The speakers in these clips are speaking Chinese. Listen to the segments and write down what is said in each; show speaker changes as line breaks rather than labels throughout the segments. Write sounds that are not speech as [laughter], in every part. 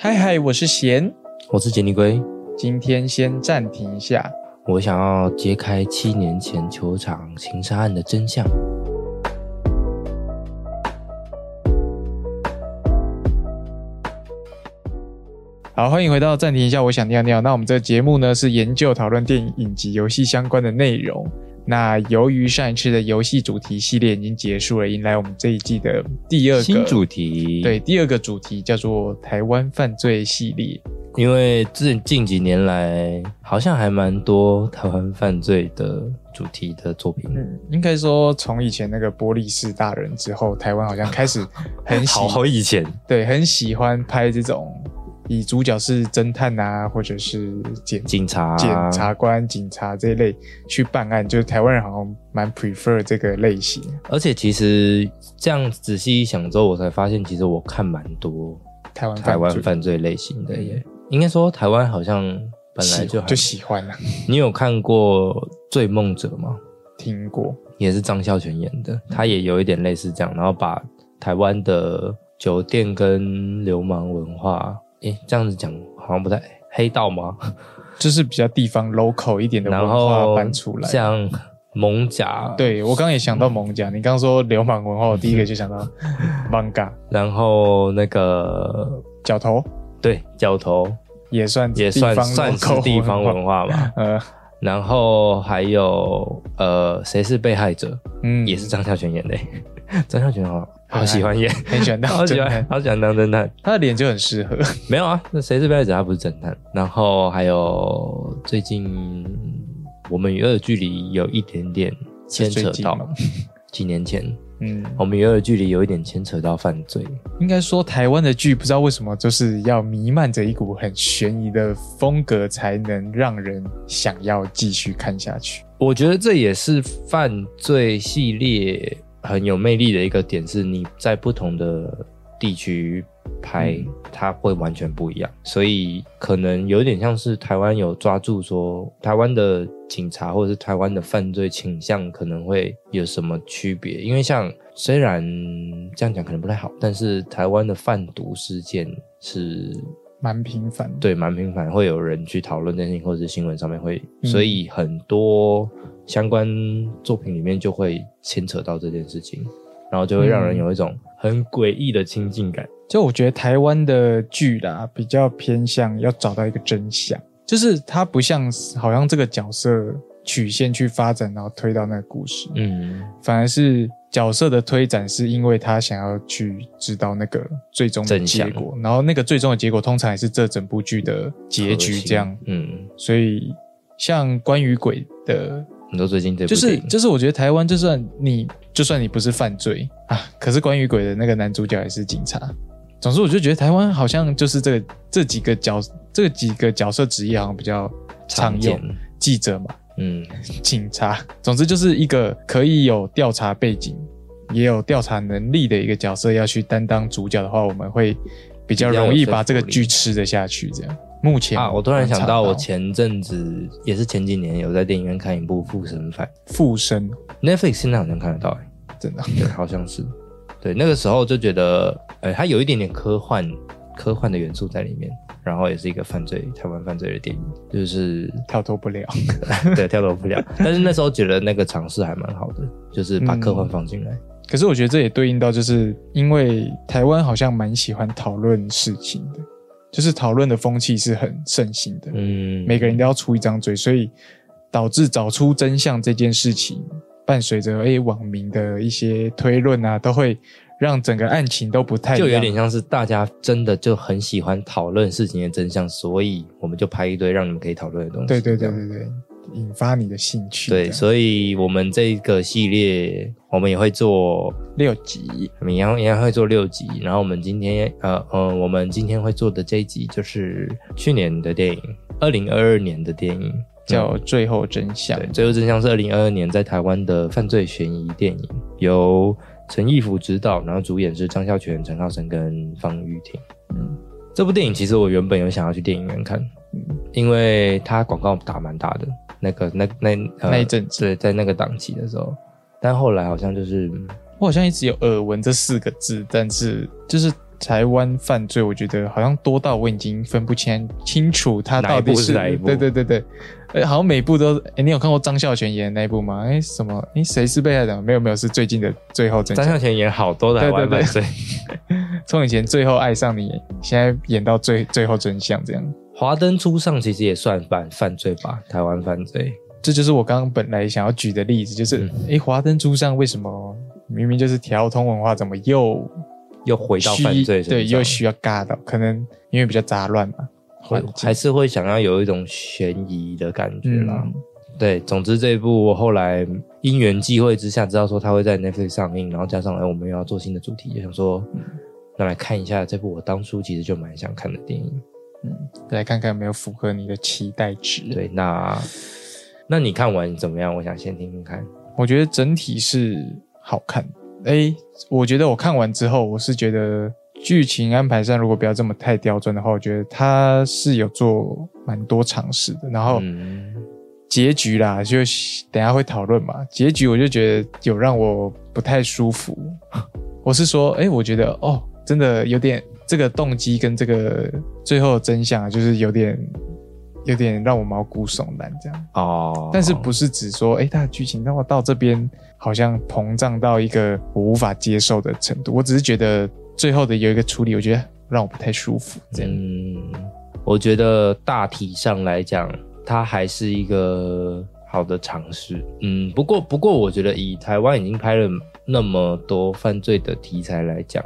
嗨嗨，我是贤，
我是杰尼龟，
今天先暂停一下。
我想要揭开七年前球场情杀案的真相。
好，欢迎回到暂停一下，我想尿尿。那我们这个节目呢是研究讨论电影、影集、游戏相关的内容。那由于上一次的游戏主题系列已经结束了，迎来我们这一季的第二个
新主，题，
对，，第二个主题叫做台湾犯罪系列。
因为这近几年来好像还蛮多台湾犯罪的主题的作品，
嗯，应该说从以前那个玻璃式大人之后，台湾好像开始很喜
[laughs] 好好以前，
对，很喜欢拍这种以主角是侦探啊，或者是检
警察、啊
检察官、警察这一类去办案，就是台湾人好像蛮 prefer 这个类型。
而且其实这样仔细一想之后，我才发现其实我看蛮多
台湾
台湾
犯罪
犯罪类型的耶。应该说台湾好像本来
喜
就还
就喜欢啊了、
你有看过《醉梦者》吗？
听过
也是张孝全演的，他也有一点类似这样，然后把台湾的酒店跟流氓文化，诶，这样子讲好像不太黑道吗？
就是比较地方 local 一点的
然
文化
后
搬出来。
像蒙甲，，
对我刚刚也想到蒙甲，你刚刚说流氓文化，我第一个就想
[laughs]
到 manga
然后那个
角头
对角头
也算地
也算
方
算是
local
地方
文化
文
[laughs]
化嘛，
呃
然后还有呃谁是被害者，
嗯
也是张孝全演的， [laughs] 张孝全好好喜
[laughs]
欢演，
很喜欢当
[laughs] 好喜
侦
欢
探，
好喜欢当侦探。他
他的脸就很适合。
没有啊，那谁是被害者？他不是侦探。然后还有最近嗯我们与恶的距离有一点点牵扯
是最近
到
吗
几年前，
嗯，
我们与恶的距离有一点牵扯到犯罪。
应该说台湾的剧不知道为什么就是要弥漫着一股很悬疑的风格，才能让人想要继续看下去。
我觉得这也是犯罪系列很有魅力的一个点，是你在不同的地区拍，
嗯
它会完全不一样，所以可能有点像是台湾有抓住说台湾的警察或者是台湾的犯罪倾向可能会有什么区别，因为像虽然这样讲可能不太好，但是台湾的贩毒事件是
蛮频繁的，
对，蛮频繁，会有人去讨论这件事情，或者是新闻上面会，
嗯
所以很多相关作品里面就会牵扯到这件事情，然后就会让人
嗯
有一种很诡异的亲近感。
就我觉得台湾的剧啦，比较偏向要找到一个真相，就是它不像好像这个角色曲线去发展，然后推到那个故事，
嗯，
反而是角色的推展是因为他想要去知道那个最终的
真
结
相
果，然后那个最终的结果通常也是这整部剧的结局这样。
嗯，
所以像关于鬼的，
你说最近这部
就是
电影
就是我觉得台湾就算你就算你不是犯罪啊，可是关于鬼的那个男主角也是警察。总之，我就觉得台湾好像就是这个这几个角这几个角色职业好像比较常
常见
用，，记者嘛，
嗯，
警察，总之就是一个可以有调查背景，也有调查能力的一个角色要去担当主角的话，我们会比较容易把这个剧吃得下去。这样，目前
啊，我突然想到，我
查
前阵子也是前几年有在电影院看一部《附身犯
附身》
，Netflix 现在好像看得到、欸，
真的
对，好像是。对，那个时候就觉得，呃，它有一点点科幻科幻的元素在里面，然后也是一个犯罪台湾犯罪的电影，就是
跳脱不了。
对跳楼不了。但是那时候觉得那个尝试还蛮好的，就是把科
嗯
幻放进来。
可是我觉得这也对应到，就是因为台湾好像蛮喜欢讨论事情的，就是讨论的风气是很盛行的。
嗯，
每个人都要出一张嘴，所以导致找出真相这件事情，伴随着诶网民的一些推论啊，都会让整个案情都不太一
就有
样。
点像是大家真的就很喜欢讨论事情的真相，所以我们就拍一堆让你们可以讨论的东西。
对对对
这样
对对，引发你的兴趣。
对，
这样
所以我们这个系列我们也会做
六集
我们一样一样会做六集，然后我们今天呃呃，我们今天会做的这一集就是去年的电影，二零二二年的电影
叫
嗯
《最后真相》
对，《最后真相》是二零二二年在台湾的犯罪悬疑电影，由陈义福执导，然后主演是张孝全、陈浩生跟方玉婷。
嗯
这部电影其实我原本有想要去电影院看，
嗯
因为它广告打蛮大的，那个那那、呃
那一阵子
对，在那个档期的时候，但后来好像就是
我好像一直有耳闻这四个字，但是就是台湾犯罪，我觉得好像多到我已经分不清清楚它
哪一
到底
部是哪一部
对对对对，呃，好像每部都，哎，你有看过张孝全演的那一部吗？哎，什么？哎，谁是被害人？没有没有，是最近的最后真
张
相，
孝全演好多台湾
对对对
犯罪，
从以前最后爱上你，现在演到最最后真相这样。
华灯初上其实也算犯犯罪吧，台湾犯罪。
这就是我刚刚本来想要举的例子，就是
嗯
诶，华灯初上为什么明明就是调通文化，怎么又
又回到
需
犯罪身上
对，又需要尬到，可能因为比较杂乱嘛，
会
环境
还是会想要有一种悬疑的感觉啦。
嗯，
对，总之这一部我后来因缘际会之下知道说它会在 Netflix 上映，然后加上哎我们又要做新的主题，就想说
嗯
那来看一下这部我当初其实就蛮想看的电影。
来看看有没有符合你的期待值。，
对，那那你看完怎么样？我想先听听看。
我觉得整体是好看的。诶，我觉得我看完之后，我是觉得剧情安排上如果不要这么太刁钻的话，我觉得它是有做蛮多尝试的，然后。
嗯，
结局啦，就等一下会讨论嘛。结局我就觉得有让我不太舒服。 [laughs] 我是说，哎、我觉得哦，真的有点这个动机跟这个最后的真相啊，就是有点有点让我毛骨悚然这样。
哦，
但是不是只说，哎、它的剧情让我到这边好像膨胀到一个我无法接受的程度。我只是觉得最后的有一个处理，我觉得让我不太舒服。这样，
嗯，我觉得大体上来讲，它还是一个好的尝试。嗯，不过不过，我觉得以台湾已经拍了那么多犯罪的题材来讲，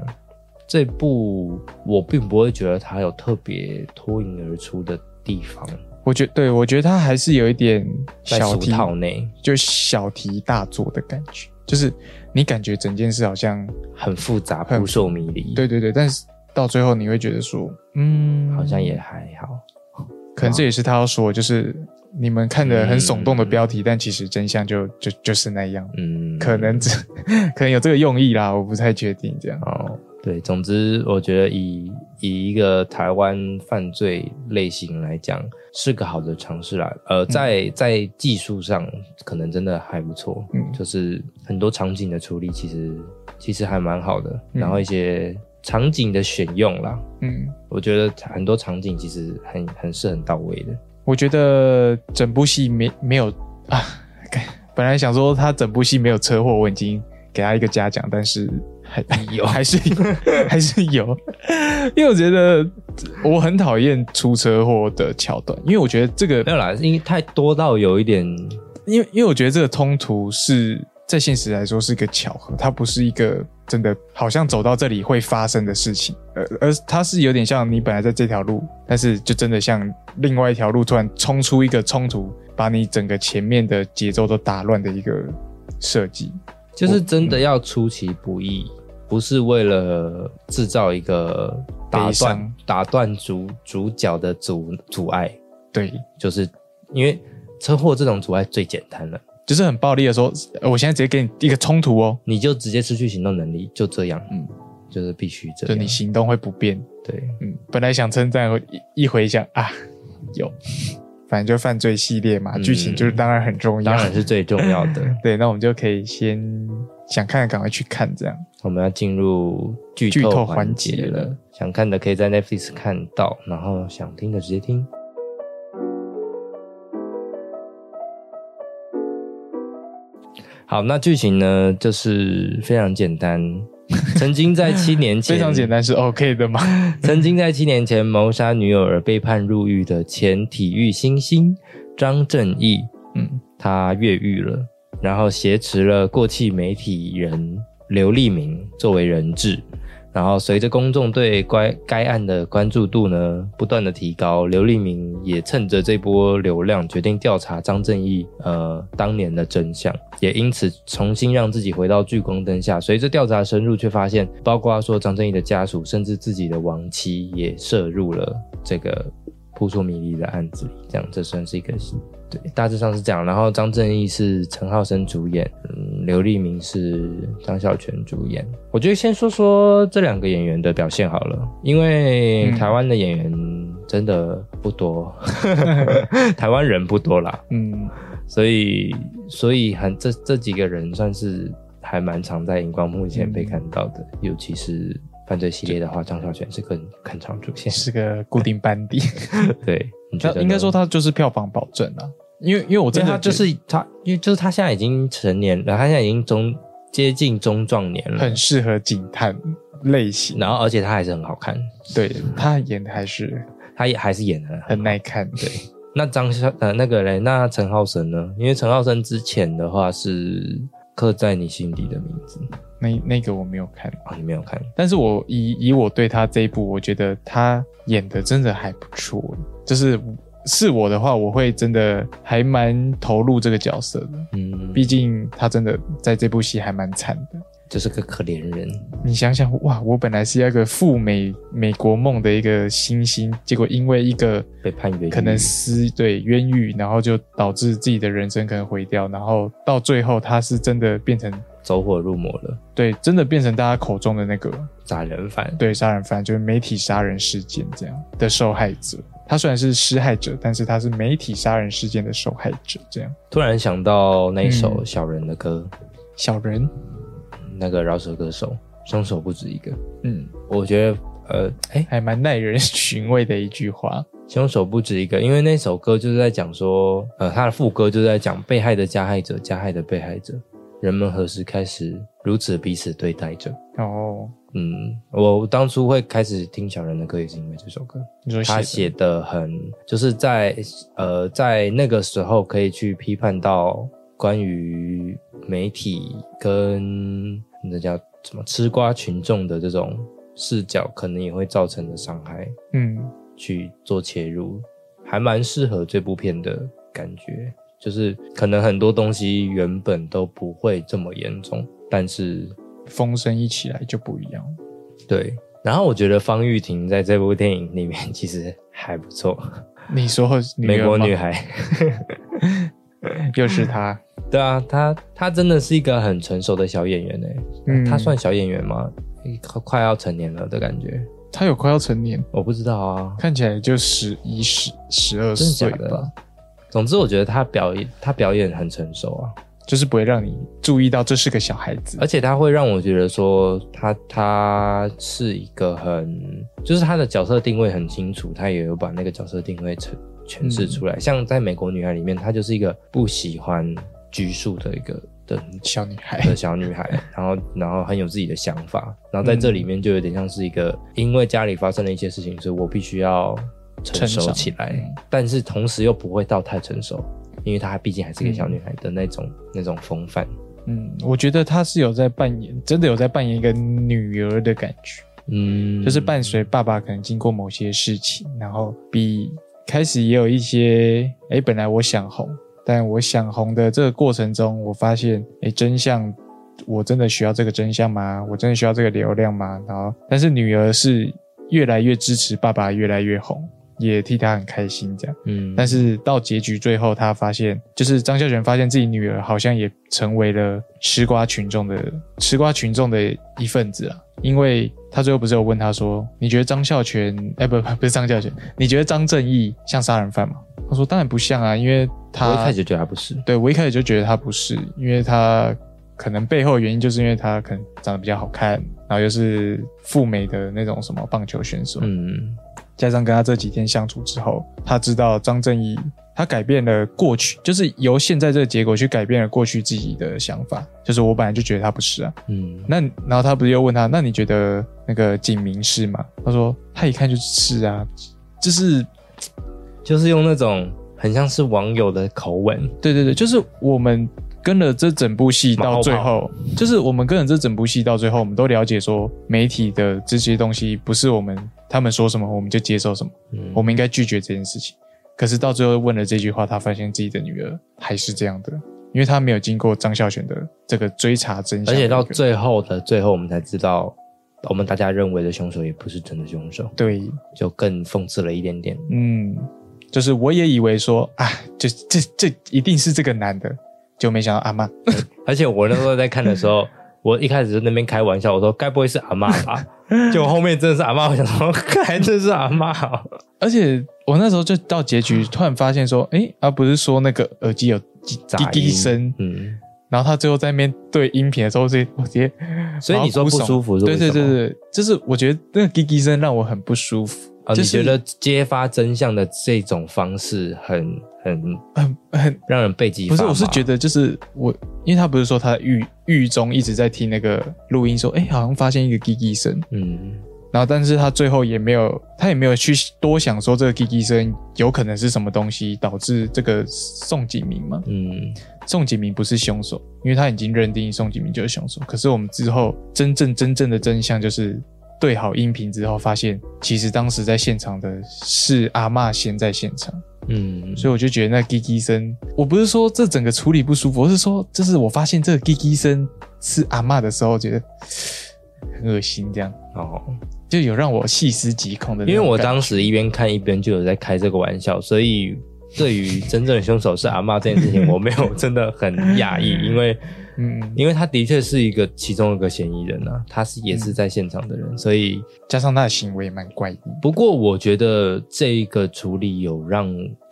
这部我并不会觉得它有特别脱颖而出的地方，
我觉对我觉得它还是有一点
在
小
俗
题
套内
就小题大做的感觉，就是你感觉整件事好像，
很复杂，
很
扑朔迷离。
对，对对，但是到最后你会觉得说，嗯，
好像也还好。
可能这也是他要说的，就是你们看
嗯
的很耸动的标题，但其实真相就就就是那样，
嗯，
可能只 [laughs] 可能有这个用意啦，我不太确定这样。
哦，对，总之我觉得以以一个台湾犯罪类型来讲，是个好的尝试啦。
嗯
呃，在、在技术上可能真的还不错，
嗯
就是很多场景的处理其实其实还蛮好的，
嗯
然后一些场景的选用啦，
嗯，
我觉得很多场景其实很很是很到位的。
我觉得整部戏没没有啊，干本来想说他整部戏没有车祸，我已经给他一个嘉奖，但是还有还是有 [laughs] 还是有，因为我觉得我很讨厌出车祸的桥段，因为我觉得这
没
个，
有啦，因为太多到有一点
因为因为我觉得这个冲突是在现实来说是一个巧合，它不是一个真的好像走到这里会发生的事情，而而它是有点像你本来在这条路，但是就真的像另外一条路突然冲出一个冲突，把你整个前面的节奏都打乱的一个设计。
就是真
嗯
的要出其不意，不是为了制造一个打
悲伤
断打断主主角的阻阻碍，
对，
就是因为车祸这种阻碍最简单了，
就是很暴力的说，呃我现在直接给你一个冲突哦，
你就直接失去行动能力，就这样，
嗯
嗯，就是必须这
就
样，
你行动会不便。
对，
嗯，本来想称赞，我一一回想啊，有， [laughs] 反正就犯罪系列嘛，
嗯
剧、情就是当然很重要。。
当然是最重要的
[laughs] 对，那我们就可以先想看，赶快去看这样。
我们要进入剧
剧透
透
环
环节
节了
了，想看的可以在 Netflix 看到，然后想听的直接听。好，那剧情呢，就是非常简
[laughs]
单。曾经在七年前，
非常简单，是 OK 的嘛？ [laughs]
曾经在七年前谋杀女友而被判入狱的前体育新星张正义，
嗯，
他越狱了，然后挟持了过气媒体人刘立明作为人质。然后随着公众对该该案的关注度呢不断的提高，刘立明也趁着这波流量，决定调查张正义呃当年的真相，也因此重新让自己回到聚光灯下。随着调查深入，却发现包括说张正义的家属，甚至自己的亡妻也涉入了这个扑朔迷离的案子里。这样，这算是一个对，大致上是这样。然后张正义是陈浩生主演，嗯，刘立明是张孝全主演。我觉得先说说这两个演员的表现好了，因为
嗯
台湾的演员真的不多，
[laughs]
台湾人不多啦，
嗯，
所以所以很
嗯
这这几个人算是还蛮常在荧光幕前被看到的，尤其是犯罪系列的话，张小泉是更更常出现。
是个固定班
[laughs]
底。
对，你觉
那
得
应该说
他，
它就是票房保证啊，因为因为我
我觉
真
得
的
他就
觉得
是他，因为就是他现在已经成年了，他现在已经中接近中壮年了
很，适合警探类型，
然后而且他还是很好看，
对他演的还是
他也还是演的
很耐看的。
那张小呃那个嘞，那陈浩生呢？因为陈浩生之前的话是刻在你心底的名字
那那个我没有看，
啊、你没有看？
但是我以以我对他这一部，我觉得他演的真的还不错，就是是我的话，我会真的还蛮投入这个角色的，
嗯，
毕竟他真的在这部戏还蛮惨的。
就是个可怜人，
你想想，哇，我本来是要一个赴美美国梦的一个新星，结果因为一个
被判冤狱
可能私对冤狱，然后就导致自己的人生可能毁掉，然后到最后他是真的变成
走火入魔了，
对，真的变成大家口中的那个
杀人犯。
对杀人犯，就是媒体杀人事件这样的受害者。他虽然是施害者，但是他是媒体杀人事件的受害者。这样，
突然想到那一首
嗯
小人的歌，
小人，
那个饶舌歌手，凶手不止一个。
嗯，
我觉得，呃，哎，
还蛮耐人寻味的一句话。
凶手不止一个，因为那首歌就是在讲说，呃，他的副歌就是在讲被害的加害者，加害的被害者，人们何时开始如此彼此对待着？
哦，
嗯，我当初会开始听小人的歌，也是因为这首歌，
你说
他
写
写的很，就是在呃，在那个时候可以去批判到关于媒体跟那叫什么吃瓜群众的这种视角，可能也会造成的伤害，
的，嗯，
去做切入，还蛮适合这部片的感觉。就是可能很多东西原本都不会这么严重，但是
风声一起来就不一样。
对，然后我觉得方玉婷在这部电影里面其实还不错，
你说女
美国
儿吗
女孩。
又是
[laughs]
他，
对啊，她她真的是一个很成熟的小演员诶、
嗯
她算小演员吗？诶快快要成年了的感觉，
他有快要成年，
我不知道啊，
看起来就十一、十十二
真的
岁
假
吧
的，？总之，我觉得她表演她表演很成熟啊，
就是不会让你注意到这是个小孩子
而。且她会让我觉得说她她是一个很，就是她的角色定位很清楚，她也有把那个角色定位呈诠释出来。像在《美国女孩》里面，她就是一个不喜欢拘束的一个的
小女孩，
的小女孩，然后然后很有自己的想法，然后在这里面就有点像是一个，因为家里发生了一些事情，所以我必须要成熟
成长
起来，
嗯
但是同时又不会到太成熟，因为她毕竟还是个小女孩的那种、那种风范。
嗯，我觉得她是有在扮演，真的有在扮演一个女儿的感觉，
嗯，
就是伴随爸爸可能经过某些事情，然后比开始也有一些，哎，本来我想红，但我想红的这个过程中，我发现，哎，真相，我真的需要这个真相吗？我真的需要这个流量吗？然后，但是女儿是越来越支持爸爸，越来越红，也替他很开心，这样。
嗯，
但是到结局最后，他发现就是张孝全发现自己女儿好像也成为了吃瓜群众的吃瓜群众的一份子啊，因为他最后不是有问他说：“你觉得张孝全？哎、不不不是张孝全，你觉得张正义像杀人犯吗？”他说：“当然不像啊，因为他
我一开始就觉得她不是，
对我一开始就觉得他不是，因为他可能背后的原因就是因为他可能长得比较好看，然后又是赴美的那种什么棒球选手，
嗯
加上跟他这几天相处之后，他知道张正义他改变了过去，就是由现在这个结果去改变了过去自己的想法。就是我本来就觉得他不是啊，
嗯，
那然后他不是又问他，那你觉得那个景明是吗？他说他一看就是啊，就是
就是用那种很像是网友的口吻，
对对对，就是我们跟了这整部戏到最后，就是我们跟了这整部戏到最后，我们都了解说媒体的这些东西不是我们他们说什么我们就接受什么。
嗯，
我们应该拒绝这件事情。可是到最后问了这句话，他发现自己的女儿还是这样的，因为他没有经过张孝全的这个追查真相
而
的一
且
个。
到最后的最后，我们才知道，我们大家认为的凶手也不是真的凶手，
对，
就更讽刺了一点点。
嗯，就是我也以为说啊，这这这一定是这个男的，就没想到阿妈，
而且我那时候在看的
[laughs]
时候，我一开始在那边开玩笑，我说该不会是阿嬷吧？就后面真的是阿嬷，我想说 [laughs] 还真是阿嬷哦。
而且我那时候就到结局，突然发现说，诶，啊，不是说那个耳机有滴
杂
滴滴
音
声，
嗯，
然后他最后在那边对音频的时候，所以我直接
[laughs] 所以你说
毛
不
骨悚
舒服是为
对对
什
对
么
对，就是我觉得那个滴滴声让我很不舒服，
啊，
就
你
是
觉得揭发真相的这种方式很很
很很
让人背脊
不
发麻？
是，我是觉得就是我，因为他不是说他在狱狱中一直在听那个录音说，哎，好像发现一个滴滴声，
嗯，
然后但是他最后也没有，他也没有去多想说这个滴滴声有可能是什么东西导致这个宋景明嘛， [laughs]
嗯
宋景明不是凶手，因为他已经认定宋景明就是凶手。可是我们之后真正真正的真相就是对好音频之后，发现其实当时在现场的是阿嬷先在现场，
嗯，
所以我就觉得那滴滴声，我不是说这整个处理不舒服，我是说就是我发现这个滴滴声是阿嬷的时候，觉得很恶心，这样
哦，
就有让我细思极恐的那
因
种感
为
觉。
我当时一边看一边就有在开这个玩笑，所以对于真正的凶手是阿嬷这件事情，我没有真的很
[laughs]
讶异，因为
嗯，
因为他的确是一个其中一个嫌疑人啊，他是也是
嗯
在现场的人，所以
加上他的行为也蛮怪异，
不过我觉得这一个处理有让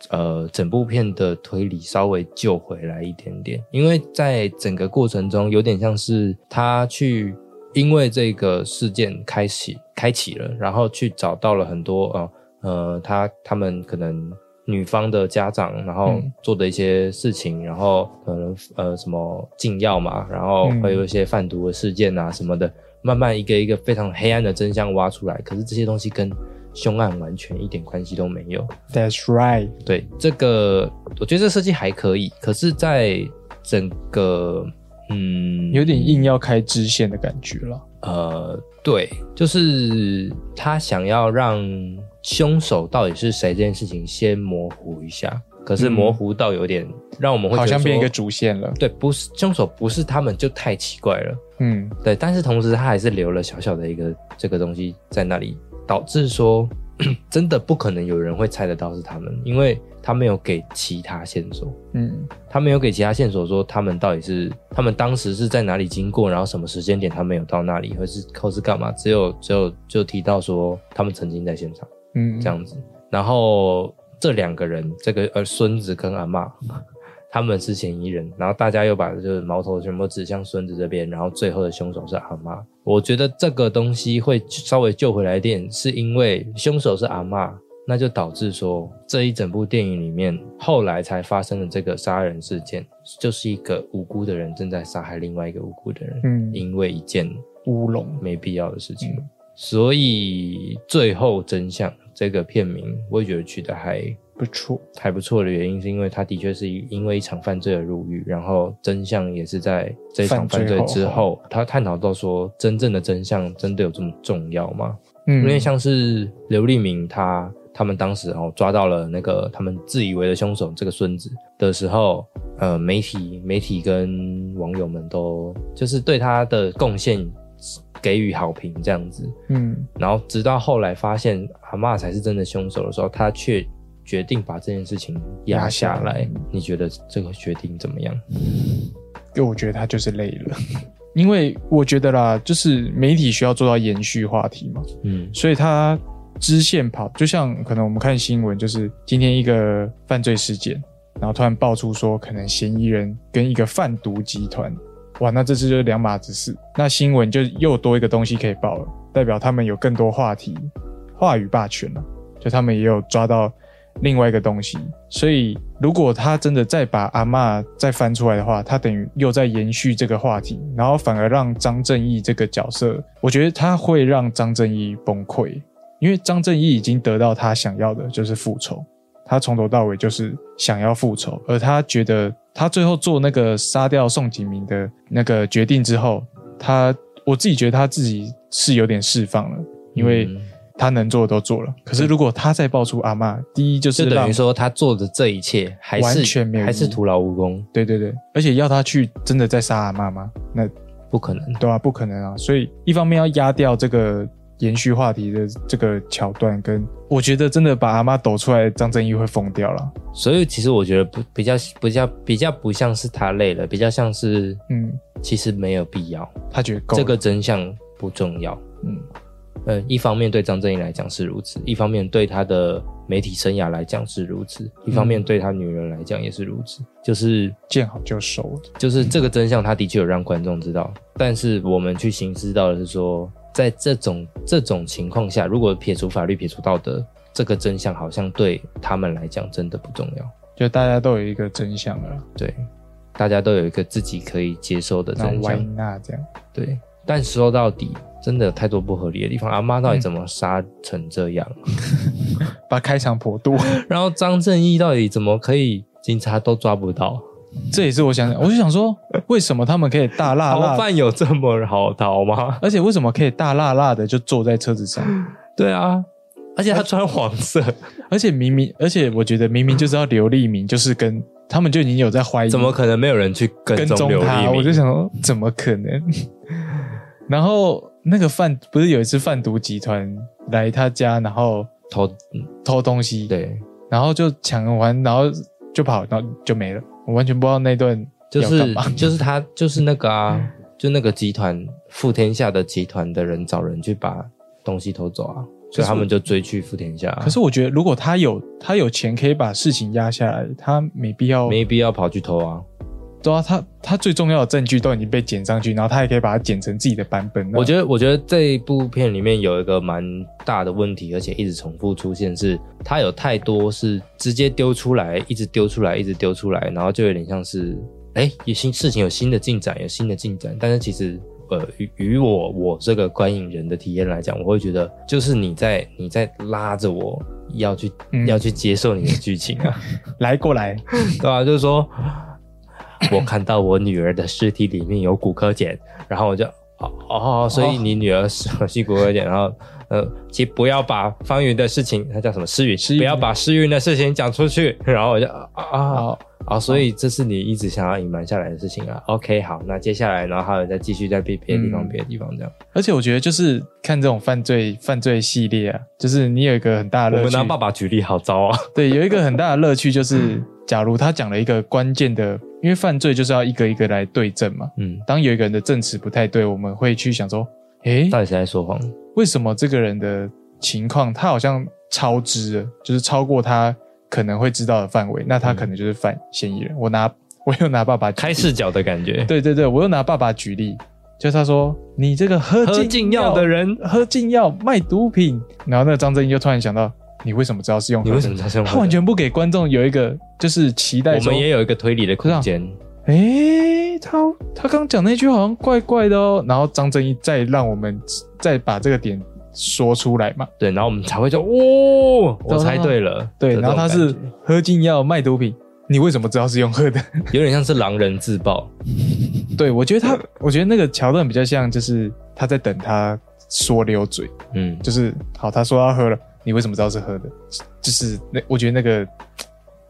呃整部片的推理稍微救回来一点点，因为在整个过程中有点像是他去因为这个事件开启开启了，然后去找到了很多呃呃他他们可能。女方的家长，然后
嗯
做的一些事情，然后可能呃什么禁药嘛，然后
嗯
会有一些贩毒的事件啊什么的，慢慢一个一个非常黑暗的真相挖出来。可是这些东西跟凶案完全一点关系都没有。
That's right。
对这个，我觉得这设计还可以，可是，在整个嗯，
有点硬要开支线的感觉了，
呃，对，就是他想要让凶手到底是谁这件事情先模糊一下，可是
嗯
模糊到有点、让我们会
好像
觉得
变一
说
个主线了。
对，不是凶手不是他们就太奇怪了。
嗯，
对，但是同时他还是留了小小的一个这个东西在那里，导致说 [clears throat] 真的不可能有人会猜得到是他们，因为他没有给其他线索，
嗯，
他没有给其他线索说他们到底是他们当时是在哪里经过，然后什么时间点他们有到那里，或是或是干嘛，只有只有就提到说他们曾经在现场
嗯，
这样子，然后这两个人，这个呃孙子跟阿嬷， [laughs] 他们是嫌疑人，然后大家又把就是矛头全部指向孙子这边，然后最后的凶手是阿嬷。我觉得这个东西会稍微救回来一点，是因为凶手是阿嬷，那就导致说这一整部电影里面后来才发生的这个杀人事件，就是一个无辜的人正在杀害另外一个无辜的人，
嗯
因为一件
乌龙。
没必要的事情。
嗯
所以最后真相这个片名，我也觉得取得还
不错，
还不错的原因，是因为它的确是因为一场犯罪而入狱，然后真相也是在这一场
犯
犯
罪
罪
后
之后，他探讨到说，真正的真相真的有这么重要吗？
嗯，
因为像是刘立明他他们当时哦抓到了那个他们自以为的凶手这个孙子的时候，呃，媒体媒体跟网友们都就是对他的贡献给予好评这样子，
嗯
然后直到后来发现阿嬷才是真的凶手的时候，他却决定把这件事情压下
压下
来
来。
你觉得这个决定怎么样？
因为我觉得他就是累了， [laughs] 因为我觉得啦，就是媒体需要做到延续话题嘛，
嗯
所以他支线跑，就像可能我们看新闻，就是今天一个犯罪事件，然后突然爆出说可能嫌疑人跟一个贩毒集团，哇，那这次就是两码子事，那新闻就又多一个东西可以报了，代表他们有更多话题，话语霸权了、就他们也有抓到另外一个东西，所以如果他真的再把阿嬷再翻出来的话，他等于又在延续这个话题，然后反而让张正义这个角色，我觉得他会让张正义崩溃，因为张正义已经得到他想要的，就是复仇。他从头到尾就是想要复仇，而他觉得他最后做那个杀掉宋景明的那个决定之后，他我自己觉得他自己是有点释放了，因为
嗯
他能做的都做了。可是如果他再爆出阿嬷，第一就是
就等
让
于说他做的这一切还是
完全没有意义
还是徒劳无功，
对对对，而且要他去真的再杀阿嬷吗？那
不可能。
对啊，不可能啊。所以一方面要压掉这个延续话题的这个桥段，跟我觉得真的把阿嬷抖出来，张正义会疯掉了。
所以其实我觉得不比较比较比较不像是他累了，比较像是
嗯，
其实没有必要，
他觉得够了
这个真相不重要。
嗯，
呃，一方面对张正义来讲是如此，一方面对他的媒体生涯来讲是如此，一方面
嗯
对他女人来讲也是如此，就是
见好就收。
就是这个真相，他的确有让观众知道，但是我们去行思到的是说，在这种这种情况下，如果撇除法律、撇除道德，这个真相好像对他们来讲真的不重要。
就大家都有一个真相了，
对，大家都有一个自己可以接受的
那
真
why
相。
not 这样？
对，但说到底，真的有太多不合理的地方。阿妈
嗯
到底怎么杀成这样？ [laughs]
把开场破度，
然后张正义到底怎么可以警察都抓不到？
这也是我想，我就想说，为什么他们可以大辣
逃
辣，
犯有这么好逃吗？ [laughs]
而且为什么可以大辣辣的就坐在车子上？
对啊，而且他穿黄色，
[laughs] 而且明明，而且我觉得明明就知道刘立明就是跟他们就已经有在怀疑，
怎么可能没有人去跟
跟
踪
踪
刘
他？
立
我就
明？
想说，怎么可能？ [laughs] 然后那个贩不是有一次贩毒集团来他家，然后
偷
偷东西，，
对，
然后就抢完，然后就跑，然后就没了。我完全不知道那段
就
要干
是
嘛
[laughs] 就是他就是那个啊，就那个集团富天下的集团的人找人去把东西偷走啊，所以他们就追去富天下啊、
可是我觉得，如果他有他有钱可以把事情压下来，他没必要。
没必要跑去偷啊。
对啊，他他最重要的证据都已经被剪上去，然后他也可以把它剪成自己的版本了。
我觉得，我觉得这一部片里面有一个蛮大的问题，而且一直重复出现是，它有太多是直接丢出来，一直丢出来，一直丢出来，然后就有点像是，哎，有新事情有新的进展，有新的进展，但是其实。呃，与与我我这个观影人的体验来讲，我会觉得就是你在你在拉着我要去、
嗯
要去接受你的剧情啊，
得来过来，
对啊，就是说， [coughs] 我看到我女儿的尸体里面有骨科碱，然后我就哦哦，所以你女儿是吸骨科碱，然后呃，其实不要把方云的事情，她叫什么诗云，
云
不要把诗云的事情讲出去，然后我就啊啊
好，
啊，所以这是你一直想要隐瞒下来的事情啊。OK，好，那接下来，然后还有再继续在别别的地方、
嗯
别的地方这样，
而且我觉得就是看这种犯罪犯罪系列啊，就是你有一个很大的乐
我们
趣
拿，爸爸举例，好糟啊。
对，有一个很大的乐趣就是，假如他讲了一个关键的，因为犯罪就是要一个一个来对证嘛。
嗯，
当有一个人的证词不太对，我们会去想说，诶，
到底谁在说
[laughs]
谎？
为什么这个人的情况他好像超支了，就是超过他可能会知道的范围，那他可能就是犯嫌疑人。我拿 [laughs] 我又拿爸爸举例
开视角的感觉，
对对对，我又拿爸爸举例，就是他说你这个喝
喝禁药的
人，
人，
喝禁药卖毒品，然后那个张正英就突然想到，你为什么知道是用喝
你
的？
为什么在生
他
活
完？全不给观众有一个就是期待
我
说，
们也有一个推理的空间。
诶，他他刚讲那句好像怪怪的哦，然后张正义再让我们再把这个点说出来嘛。
对，然后我们才会说，哦，
对
我猜对了。
对，
的
然后他
这种
是
感
喝禁药卖毒品，你为什么知道是用
[laughs]
喝的？
觉有点像是狼人自爆，
对我觉得他，我觉得那个桥段比较像就是他在等他说溜嘴，
嗯，
就是好，他说他喝了，你为什么知道是喝的？就是那我觉得那个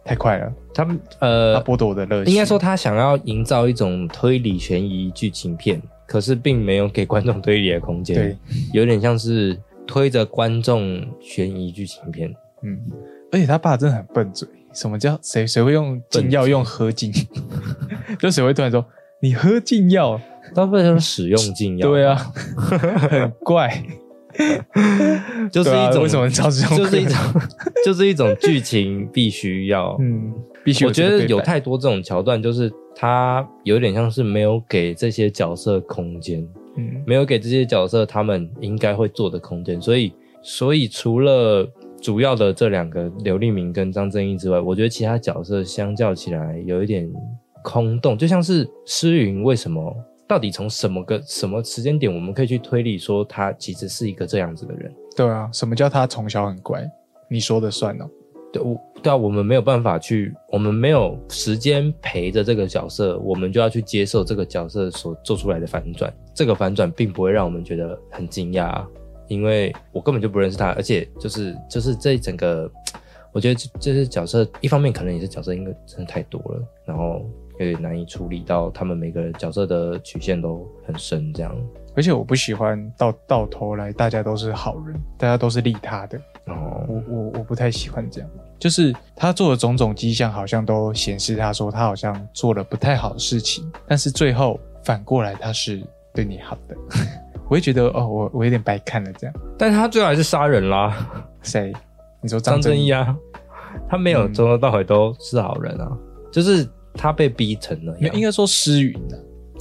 太快了，
他们
他
呃，
剥夺我的乐趣。
应该说他想要营造一种推理悬疑剧情片，可是并没有给观众推理的空间，
对，，
有点像是推着观众悬疑剧情片，
嗯，而且他爸真的很笨嘴，什么叫谁谁会用禁药用喝禁？ [laughs] 就谁会突然说你喝禁药？
他不是使用禁药，
对啊， [laughs] 很怪，
就是
对
一
啊
种
为什么超时空
就是一种
客 [laughs]
就是一种剧情必须要，
嗯，必须
我觉
这个
得
对
有
白
太多这种桥段，就是他有点像是没有给这些角色空间，
嗯
没有给这些角色他们应该会做的空间，所以所以除了主要的这两个刘立明跟张正义之外，我觉得其他角色相较起来有一点空洞，就像是诗云为什么到底从什么个什么时间点，我们可以去推理说他其实是一个这样子的人。
对啊，什么叫他从小很乖？你说的算哦。
对，我对啊，我们没有办法去，我们没有时间陪着这个角色，我们就要去接受这个角色所做出来的反转。这个反转并不会让我们觉得很惊讶、啊，因为我根本就不认识他，而且就是就是这整个，我觉得这这些角色一方面可能也是角色因为真的太多了，然后有点难以处理到他们每个角色的曲线都很深，这样。
而且我不喜欢到到头来大家都是好人，大家都是利他的，
然后
我我我不太喜欢这样。就是他做的种种迹象，好像都显示他说他好像做了不太好的事情，但是最后反过来他是对你好的。 [laughs] 我会觉得哦，我我有点白看了这样。
但他最后还是杀人啦，
谁？你说张
张
正
正
义
义啊，他没有
嗯
从头到尾都是好人啊，就是他被逼成了
没有应该说诗云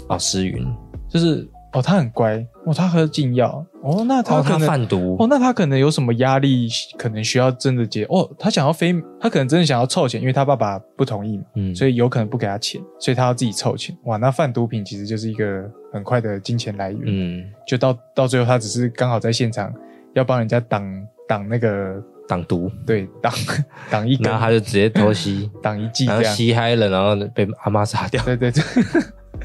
啊，
啊，诗云，
就是哦，他很乖哦，他喝禁药哦，那他
哦，
可
他
能
贩毒
哦，那他可能有什么压力，可能需要真的解哦。他想要飞，他可能真的想要凑钱，因为他爸爸不同意嘛，
嗯，
所以有可能不给他钱，所以他要自己凑钱。哇，那贩毒品其实就是一个很快的金钱来源。
嗯，
就到到最后，他只是刚好在现场要帮人家挡挡那个，
挡毒，
对，挡 [laughs] 挡一根
然后，他就直接
[laughs]
偷袭，
挡一剂
然
这
后
样。
吸嗨了，然后被阿妈杀掉。 [laughs]
对对对， [laughs]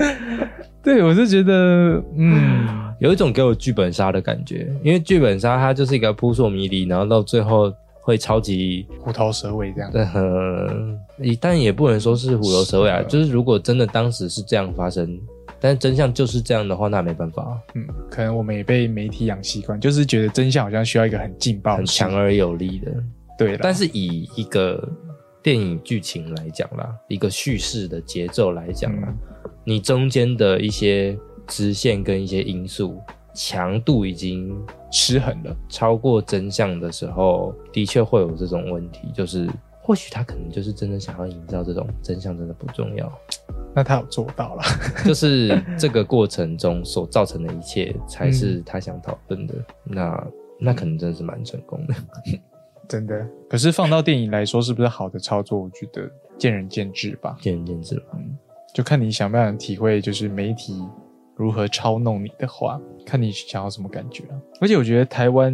对我是觉得，嗯，
有一种给我剧本杀的感觉，因为剧本杀它就是一个扑朔迷离，然后到最后会超级
虎头蛇尾这样。
呃，也但也不能说是虎头蛇尾啊，
是的
就是如果真的当时是这样发生，但是真相就是这样的话，那没办法，
嗯，可能我们也被媒体养习惯，就是觉得真相好像需要一个很劲爆、
很强
啊。
而有力的。
对啦，
但是以一个电影剧情来讲啦，一个叙事的节奏来讲啦，你中间的一些支线跟一些因素强度已经
失衡了。
超过真相的时候，的确会有这种问题，就是或许他可能就是真的想要营造这种真相真的不重要，
那他有做到了，
就是这个过程中所造成的一切才是他想讨论的。那那可能真的是蛮成功的。
真的。可是放到电影来说，是不是好的操作？我觉得见仁见智吧。
见仁见智嘛。
就看你想不想体会，就是媒体如何操弄你的话，看你想要什么感觉啊。而且我觉得台湾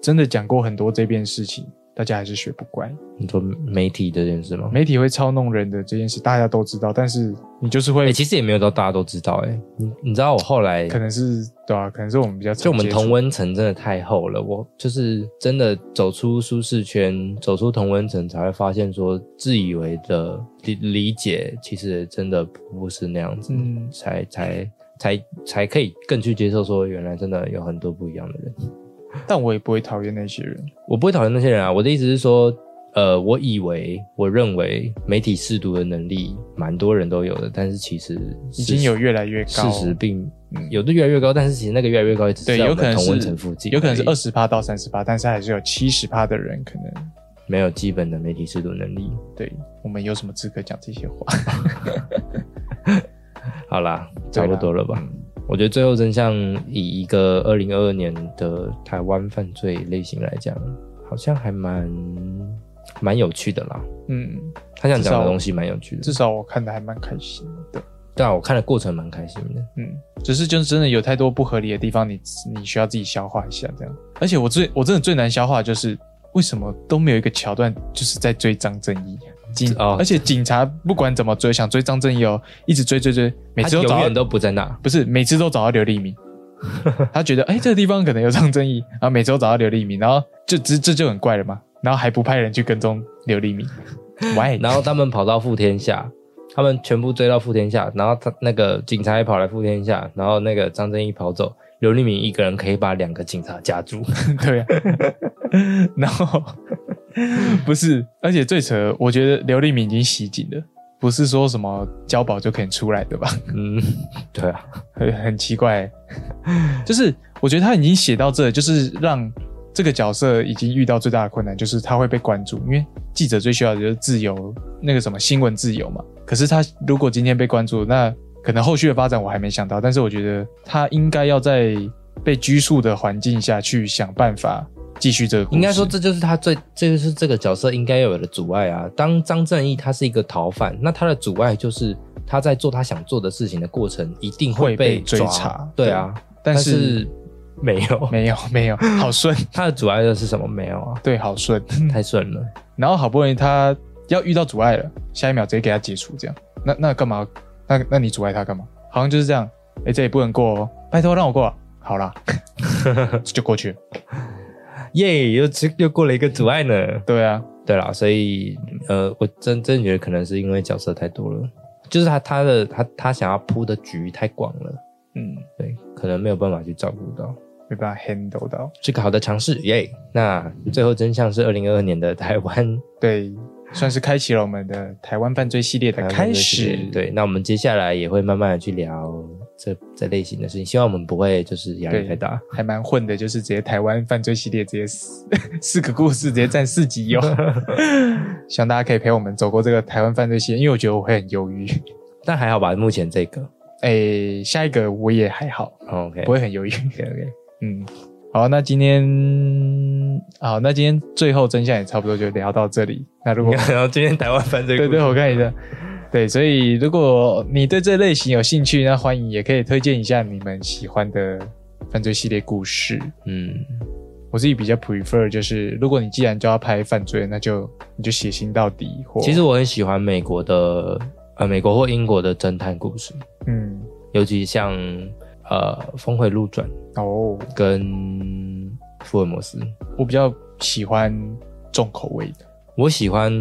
真的讲过很多这件事情，大家还是学不乖。
你说媒体这件事吗？
媒体会操弄人的这件事，大家都知道，但是你就是
哎、
会，
其实也没有到大家都知道、欸。哎，你你知道我后来
可能是对啊，可能是我们比较常
就我们
接触
同温层真的太厚了，我就是真的走出舒适圈，走出同温层，才会发现说自以为的理理解，其实真的不是那样子，
嗯
才才才才可以更去接受说，原来真的有很多不一样的人。
但我也不会讨厌那些人。
我不会讨厌那些人啊，我的意思是说，呃，我以为我认为媒体试读的能力，蛮多人都有的，但是其实
已
已
经有越来越
事
高，
实并
嗯
有的越来越高，但是其实那个越来越高，也只是
对，
在
有
我
可
们
能
同温
是
层附近而已，
有可能是二十趴到三十趴，但是还是有七十趴的人可能
没有基本的媒体制度能力。
对我们有什么资格讲这些话？ [laughs]
好啦，
对
差
啦嗯
不多了吧？我觉得最后真相以一个二零二二年的台湾犯罪类型来讲，好像还蛮蛮有趣的啦。
嗯，
他想讲
至
的
少
东西蛮有趣
至
的，
少我看的还蛮开心的。
对啊，我看的过程蛮开心的。
嗯，只是就是真的有太多不合理的地方你，你需要自己消化一下这样。而且我最我真的最难消化的就是为什么都没有一个桥段就是在追张正义啊警，
哦
而且警察不管怎么追，想追张正义哦，一直追追追，每次
他
都
永
找
远
到
都不在那，
不是每次都找到刘立明，他觉得哎、这个地方可能有张正义，然后每次都找到刘立明，然后就这这就很怪了嘛，然后还不派人去跟踪刘立明，why？
然后他们跑到富天下，他们全部追到富天下，然后他那个警察也跑来富天下，然后那个张正义跑走，刘立明一个人可以把两个警察夹住。
对啊， [laughs] 然后不是，而且最扯，我觉得刘立明已经袭警了，不是说什么交保就可以出来的吧？
[laughs] 嗯，对啊，
很很奇怪、欸 [laughs] 就是我觉得他已经写到这，就是让这个角色已经遇到最大的困难，就是他会被关注，因为记者最需要的就是自由，那个什么新闻自由嘛。可是他如果今天被关注，那可能后续的发展我还没想到，但是我觉得他应该要在被拘束的环境下去想办法继续这个故事。
应该说这就是他最，这就是这个角色应该有的阻碍啊。当张正义他是一个逃犯，那他的阻碍就是他在做他想做的事情的过程，一定
会被
被抓
追查
对啊，
但
是
是
没有，
没有没有，好顺， [laughs]
他的阻碍的是什么？没有啊，
对，好顺。
太顺了。
然后好不容易他要遇到阻碍了，下一秒直接给他解除，这样，那那干嘛？那那你阻碍他干嘛？好像就是这样，哎、这也不能过哦，拜托让我过啊，好 [laughs] 啦，就过去了，
耶，又又过了一个阻碍呢。
对啊，
对啦，所以呃，我真真的觉得可能是因为角色太多了，就是他他的他他想要铺的局太广了，
嗯，
对，可能没有办法去照顾到。
没办法 handle 到，
是个好的尝试，耶、那最后真相是二零二二年的台湾
对，算是开启了我们的台湾犯罪系列的开
台湾的事
始
件，对，那我们接下来也会慢慢的去聊这这类型的事情。希望我们不会就是压力太大。
还蛮混的，就是直接台湾犯罪系列直接四 [laughs] 四个故事直接占四集 [laughs] 哟、希望大家可以陪我们走过这个台湾犯罪系列，因为我觉得我会很忧郁。
但还好吧，目前这个
哎，下一个我也还好，
OK
不会很忧郁。
OK，
[laughs] 嗯，好，那今天好，那今天最后真相也差不多就聊到这里。那如果
你看， [laughs] 然后今天台湾犯罪
[laughs] 对
故事
对，我看一下。对，所以如果你对这类型有兴趣，那欢迎也可以推荐一下你们喜欢的犯罪系列故事。
嗯，
我自己比较 prefer 就是，如果你既然就要拍犯罪，那就你就血腥到底。或
其实我很喜欢美国的呃美国或英国的侦探故事，
嗯，
尤其像呃《峰回路转》
哦，
跟《福尔摩斯》，
我比较喜欢重口味的。
我喜欢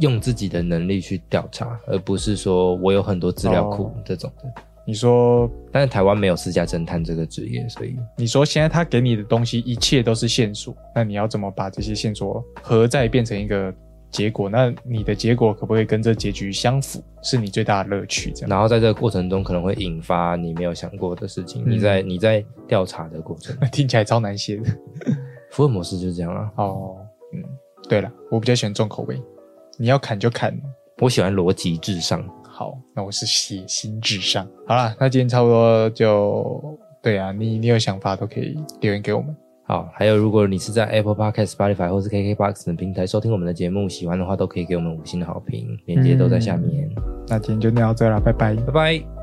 用自己的能力去调查，而不是说我有很多资料库
哦
这种的。
你说，
但是台湾没有私家侦探这个职业，所以
你说现在他给你的东西一切都是线索，那你要怎么把这些线索合在变成一个结果？那你的结果可不可以跟这结局相符？是你最大的乐趣。这样。
然后在这个过程中可能会引发你没有想过的事情。
嗯
你在你在调查的过程，
[laughs] 听起来超难写的。
福尔摩斯就是这样啊。
哦，嗯，对了，我比较喜欢重口味，你要砍就砍。
我喜欢逻辑至上，
好，那我是血腥至上。好啦，那今天差不多就对啊，你你有想法都可以留言给我们。
好，还有如果你是在 Apple Podcast、Spotify 或是 KKBox 等平台收听我们的节目，
嗯
喜欢的话都可以给我们五星的好评，链接都在下面。
那今天就聊到这啦，拜拜。
拜拜。